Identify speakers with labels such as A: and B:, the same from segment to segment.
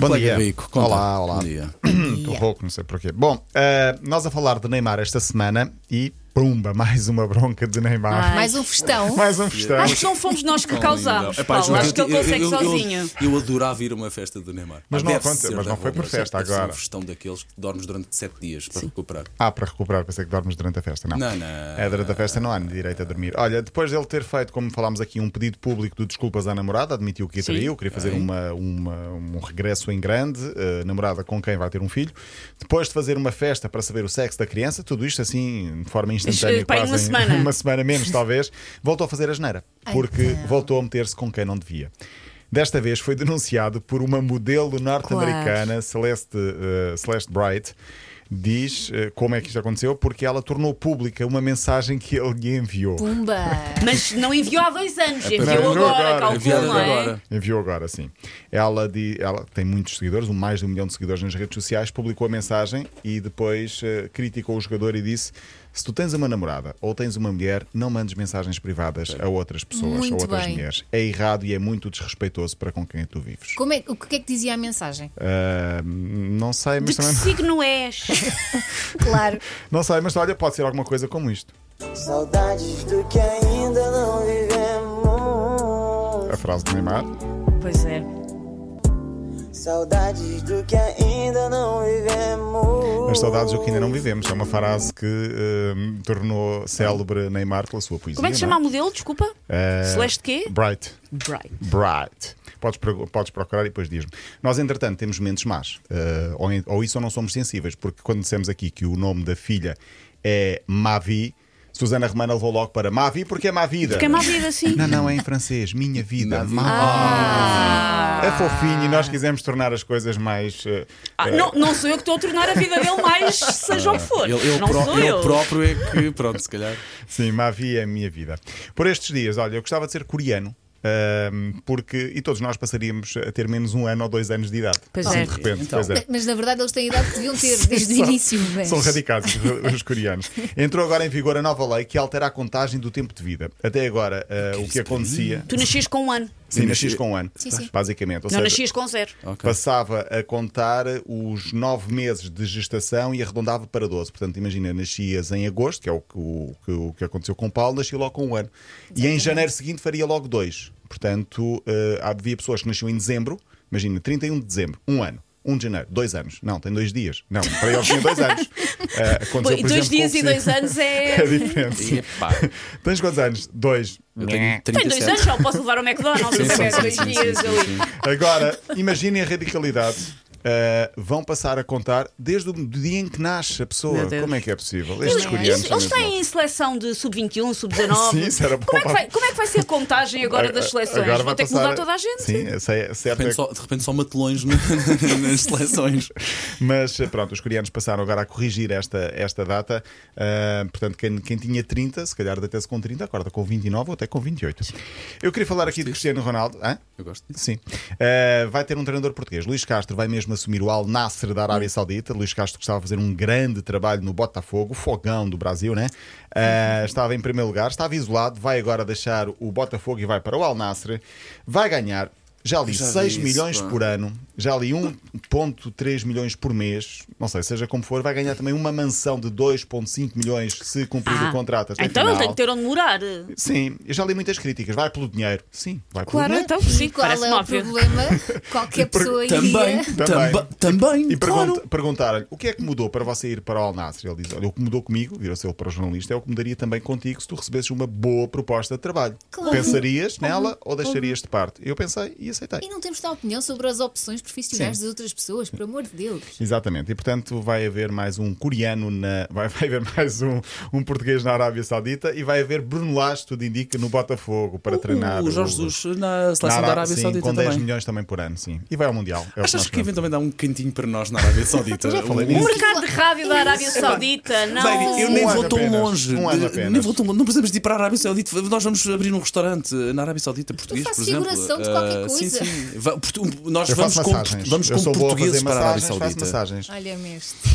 A: Bom
B: Colega
A: dia.
B: Rico, conta.
A: Olá, olá.
B: Bom dia.
A: Estou rouco, não sei porquê. Bom, ah, nós a falar de Neymar esta semana e pumba, mais uma bronca de Neymar.
C: Ai.
D: Mais um festão.
A: Mais um festão.
C: Acho que não fomos nós que causámos.
B: Epá,
C: Paulo.
B: juro,
C: acho que ele consegue
B: eu- eu-
C: sozinho.
B: Eu, eu adorava ir a uma festa do Neymar. Ah,
A: Mas não
B: Deve
A: acontece,
B: ser
A: mas
B: da
A: não foi por
B: Roma,
A: festa
B: deve ser
A: agora.
B: um festão daqueles que dormes durante sete dias para recuperar.
A: Ah, para recuperar, pensei que dormes durante a festa, não.
B: Não, não.
A: É, durante a festa não há direito a dormir. Olha, depois dele ter feito, como falámos aqui, um pedido público de desculpas à namorada, admitiu que a
C: Sim.
A: traiu, queria fazer uma, uma- um regresso em grande, eh, namorada com quem vai ter um filho. Depois de fazer uma festa para saber o sexo da criança, tudo isto assim, de forma instantânea,
C: Eh, pá, em
A: quase
C: uma
A: em-
C: semana.
A: uma semana menos, talvez, voltou a fazer a geneira,
D: Ai,
A: porque
D: não.
A: voltou a meter-se com quem não devia. Desta vez foi denunciado por uma modelo norte-americana americana, Celeste, eh, Celeste Bright, diz eh, como é que isto aconteceu, porque ela tornou pública uma mensagem que ele lhe enviou.
D: Pumba.
C: Mas não enviou há dois anos,
A: Não,
C: enviou
A: enviou
C: agora,
A: agora,
C: calculo,
B: enviado
C: não é?
B: agora.
A: Enviou agora, sim. Ela, di- ela tem muitos seguidores, um mais de um milhão de seguidores nas redes sociais, publicou a mensagem e depois eh, criticou o jogador e disse: Se tu tens uma namorada ou tens uma mulher, não mandes mensagens privadas a outras pessoas
D: Muito
A: ou outras
D: bem.
A: mulheres. É errado e é muito desrespeitoso para com quem tu vives.
D: Como é, o que é que dizia a mensagem?
A: Ah, não sei,
C: De
A: mas
C: que
A: também.
C: signo és?
D: Claro.
A: Não sei, mas olha, pode ser alguma coisa como isto.
E: Saudades do que ainda não vivemos.
A: A frase de Neymar.
C: pois é.
E: Saudades do que ainda não vivemos.
A: As saudades do que ainda não vivemos. É uma frase que ah, tornou célebre Neymar pela sua poesia.
C: Como é que se
A: não
C: chama a modelo? Desculpa.
A: Ah,
C: Celeste quê?
A: Bright.
C: Bright.
A: Bright. Podes, pro- podes procurar e depois diz-me. Nós, entretanto, temos mentes más. Eh, ou, en- ou isso ou não somos sensíveis, porque quando dissemos aqui que o nome da filha é Mavi, Susana Romana levou logo para Mavi porque é má vida.
C: Porque é má vida Ah. assim.
A: Não, não, é em francês. Minha vida.
B: Mavi.
A: Mavi. É fofinho e nós quisemos tornar as coisas mais. eh,
C: Ah, não, não sou eu que estou a tornar a vida dele mais seja o que for.
B: Ele, ele
C: não
B: pró-
C: sou
B: ele
C: eu.
B: próprio é que, pronto, se calhar.
A: Sim, Mavi é a minha vida. Por estes dias, olha, eu gostava de ser coreano. ahm, porque, e todos nós passaríamos a ter menos um ano ou dois anos de idade.
C: Pois
A: Assim,
C: é.
A: De repente,
B: Então.
A: pois é.
D: Mas na verdade eles têm a idade que deviam ter desde o início. Mas...
A: São radicais os- os coreanos. Entrou agora em vigor a nova lei que altera a contagem do tempo de vida. Até agora, ah, o que acontecia.
C: Tu nascias com um ano.
A: Sim, nascias com um ano,
D: Sim, sim.
A: basicamente. Ou
C: Não
A: seja,
C: nascias com zero.
B: Ok.
A: passava a contar os nove meses de gestação e arredondava para 12. Portanto, imagina, nascias em agosto, que é o que, o, que, o que aconteceu com o Paulo, nasci logo com um ano. E em janeiro seguinte faria logo dois. Portanto, eh, havia pessoas que nasciam em dezembro, imagina, 31 de dezembro, um ano. 1 de janeiro, dois anos. Não, tem dois dias. Não, para eles tinha dois anos. Eh, aconteceu,
C: Pois,
A: por
C: dois
A: exemplo,
C: dias
A: com o
C: e dois
A: Cid.
C: anos é.
A: É diferente.
B: Epá,
A: Tens quantos anos? Dois.
B: eu tenho 37.
C: Tem dois anos, já o posso levar ao McDonald's.
B: Sim,
C: é? eu
B: sim,
C: pego
B: sim,
C: dois
B: sim,
C: dias
B: sim,
C: ali.
B: sim, sim.
A: Agora, imaginem a radicalidade. Uh, vão passar a contar desde o dia em que nasce a pessoa.
C: Meu Deus.
A: Como é que é possível? Estes
D: Isso-
A: coreanos.
C: Isso, eles
A: são mesmo
C: têm seleção de sub-21, sub-19.
A: Sim, isso era bom
C: como, é que
A: para-
C: vai, como é que vai ser a contagem agora das seleções?
A: Agora
C: Vão
A: vai
C: ter que
A: passar-
C: mudar toda a gente?
A: Sim, essa é-
B: De
A: certo. é
B: repente, só, de repente só matelões no- nas seleções.
A: Mas eh, pronto, os coreanos passaram agora a corrigir esta, esta data. Ah, portanto, quem, quem tinha 30, se calhar até se com 30, acorda com 29 ou até com 28. Eu queria falar aqui de Cristiano Ronaldo. Hã?
B: Eu gosto disso.
A: Sim. Ah, vai ter um treinador português. Luís Castro vai mesmo assumir o Al Nasser da Arábia Saudita. Luís Castro que estava a fazer um grande trabalho no Botafogo, fogão do Brasil, né? Ah, estava em primeiro lugar, estava isolado, vai agora deixar o Botafogo e vai para o Al Nasser. Vai ganhar. Já li
B: Já vi
A: 6
B: isso,
A: milhões
B: pá.
A: por por ano, já ali 1,3 milhões por mês, não sei, seja como for, vai ganhar também uma mansão de 2,5 milhões se cumprir
C: Ah,
A: o contrato. Até
C: Então
A: final.
C: ele tem que ter onde morar.
A: Sim, eu já li muitas críticas. Vai pelo dinheiro. Sim, vai
C: Claro,
A: pelo dinheiro.
C: então
D: E
C: sim,
D: qual é
C: parece-me
D: o
C: óbvio.
D: problema? Qualquer pessoa
C: é.
D: iria.
B: Também, também, também,
A: E
B: claro.
A: pergunta- perguntaram-lhe o que é que mudou para você ir para o Al Nassr? Ele diz: Olha, o que mudou comigo, virou-se ele para o jornalista, é o que mudaria também contigo se tu recebesses uma boa proposta de trabalho.
D: Claro.
A: Pensarias nela ou deixarias de parte? Eu pensei e aceitei.
D: E não temos tal opinião sobre as opções profissionais das outras pessoas, por amor de Deus.
A: Exatamente, e portanto vai haver mais um coreano, na, vai, vai haver mais um, um português na Arábia Saudita e vai haver Bruno Lage, tudo indica, no Botafogo para treinar.
B: Uh, O Jorge Jesus na
A: na
B: seleção da Arábia
A: sim,
B: Saudita
A: com 10
B: também.
A: milhões também por ano, sim. E vai ao Mundial. É o
B: Achas
A: nós
B: que
A: queremos.
B: eventualmente dá um cantinho para nós na Arábia Saudita?
A: Eu já falei
B: Um-
A: nisso.
C: O mercado de rádio da Arábia Saudita, não.
B: Bem, eu
A: Um
B: nem
A: ano
B: vou tão
A: apenas.
B: longe.
A: Um ano
B: De-
A: apenas.
B: Nem vou tão longe. Não precisamos de ir para a Arábia Saudita. Nós vamos abrir um restaurante na Arábia Saudita português,
D: fazes
B: por exemplo.
D: figuração de qualquer
B: Ah,
D: coisa.
B: Sim, sim. Va- portu- Nós
A: Eu
B: vamos
A: faço
B: com,
A: massagens.
B: vamos
A: Eu
B: com
A: sou boa a
B: portugueses
A: fazer
B: para a Arábia
A: massagens, faço
B: Saudita.
A: massagens.
D: Olha-me este.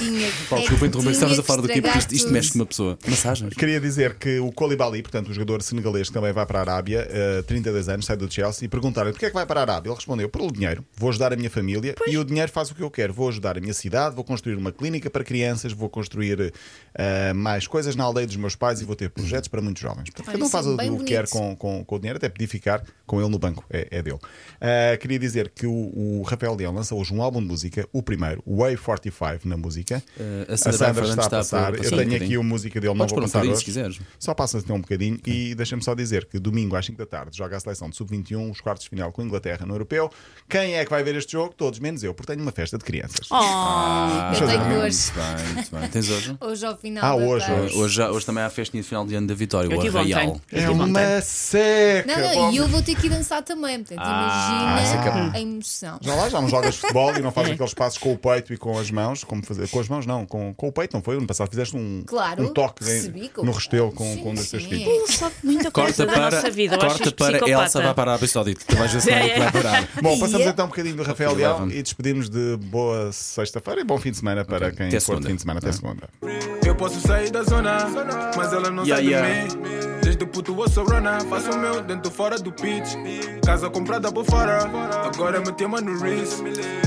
D: tinha.
B: Paulo,
D: é
B: desculpa
D: que
B: interromper,
D: tinha
B: estavas a falar do quê? Porque isto,
D: estragar
B: isto
D: tudo.
B: mexe com uma pessoa. Massagens.
A: Queria dizer que o Colibali, portanto, o jogador senegalês que também vai para a Arábia, eh, 32 anos, sai do Chelsea, e perguntaram-lhe porquê é que vai para a Arábia. Ele respondeu: pelo dinheiro, vou ajudar a minha família e o dinheiro faz o que eu quero. Vou ajudar a minha cidade, vou construir uma clínica para crianças, vou construir eh, mais coisas na aldeia dos meus pais e vou ter projetos para muitos jovens. Portanto,
D: Olha,
A: cada um
D: isso é
A: faz o
D: bem
A: o que
D: bonito.
A: quer com, com, com o dinheiro, até podia ficar com ele no banco, é, é dele. Ah, queria dizer que o, o Rafael Leão lança hoje um álbum de música, o primeiro, Way 45 na música.
B: Ah, a Sandra Fernandes está a
A: Eu
B: passar um
A: tenho aqui
B: bocadinho.
A: a música dele, não
B: Podes
A: vou
B: pôr um
A: passar
B: bocadinho,
A: hoje.
B: se quiseres.
A: Só passa até um bocadinho e deixa-me só dizer que domingo às 5 da tarde joga a seleção de sub-21, os quartos de final com a Inglaterra no Europeu. Quem é que vai ver este jogo? Todos, menos eu, porque tenho uma festa de crianças.
D: Oh.
B: Ah, muito
D: eu tenho hoje.
B: bem, muito bem. Tens hoje?
D: Hoje ao final.
A: Ah,
D: da
A: hoje,
D: tarde.
A: hoje.
B: Hoje, já- hoje também há a festinha de final de ano da Vitória,
C: Eu
B: o
C: tive
B: Arraial.
C: ontem.
A: É
C: Eu tive ontem.
A: uma seca!
D: Não, não,
A: Bob.
D: e eu vou ter que ir dançar também, portanto,
B: Ah,
D: imagina a emoção.
A: Já lá, já não jogas futebol e não
D: É.
A: fazes aqueles passos com o peito e com as mãos, como fazer, com as mãos não, com, com o peito não foi, no passado fizeste um,
D: Claro,
A: um toque em-
D: recebi com-
A: no restelo com,
D: Sim,
A: com um dos teus
D: sim.
A: filhos.
C: Ele sabe muita
B: Corta
C: coisa da
B: para,
C: é nossa vida. Eu acho
B: corta
C: isto
B: para
C: psicopata.
B: Elsa, vai para a Pistólito. Tu vais ver se não é que vai parar.
A: Bom, passamos
D: Yeah.
A: então um bocadinho do Rafael Leal e despedimos de boa sexta-feira e bom fim de semana para quem
B: Até
A: for de
B: segunda. Tá.
A: fim de semana até segunda.
F: Eu posso sair da zona, mas ela não
B: Yeah,
F: sai
B: yeah.
F: de mim. Desde puto eu sou rona, faço o meu dentro fora do pitch. Casa comprada por fora, agora me tema no wrist.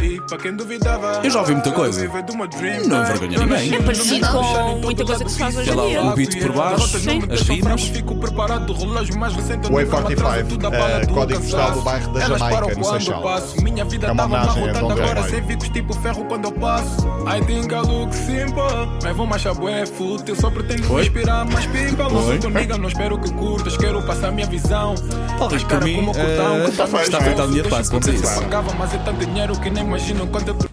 F: E pra quem duvidava,
B: Eu já ouvi muita coisa.
F: viver de uma dream.
B: Não envergonha ninguém.
C: É parecido com muita coisa que se faz hoje
B: Sei lá,
C: em dia.
B: o beat por baixo,
C: Sim.
B: as rimas.
F: Fico preparado, relógio mais recente.
A: Way
F: nunca me atrasa,
A: 45,
F: tudo a bala
A: eh,
F: do
A: código
F: cansaço.
A: postal do bairro da
F: Elas
A: Jamaica,
F: param
A: no
F: quando
A: Seixal.
F: passo. Minha vida
A: É uma
F: tava na
A: homenagem a
F: rota,
A: Dom
F: agora
A: Dragon.
F: sem ficos tipo ferro quando eu passo. I think I look simple, mas vou mais bué fruto. Eu só pretendo
B: Oi?
F: inspirar mais pipa. Não
B: Oi?
F: sou comigo, não espero que curtas. Quero passar minha visão.
B: Talvez
F: Mas cara,
B: por mim,
F: como eu cortar um
B: eh,
F: cortão,
B: está feito a linha de passe, vamos a isso.
F: Pagava, mas é tanto dinheiro que nem imagino quanto eu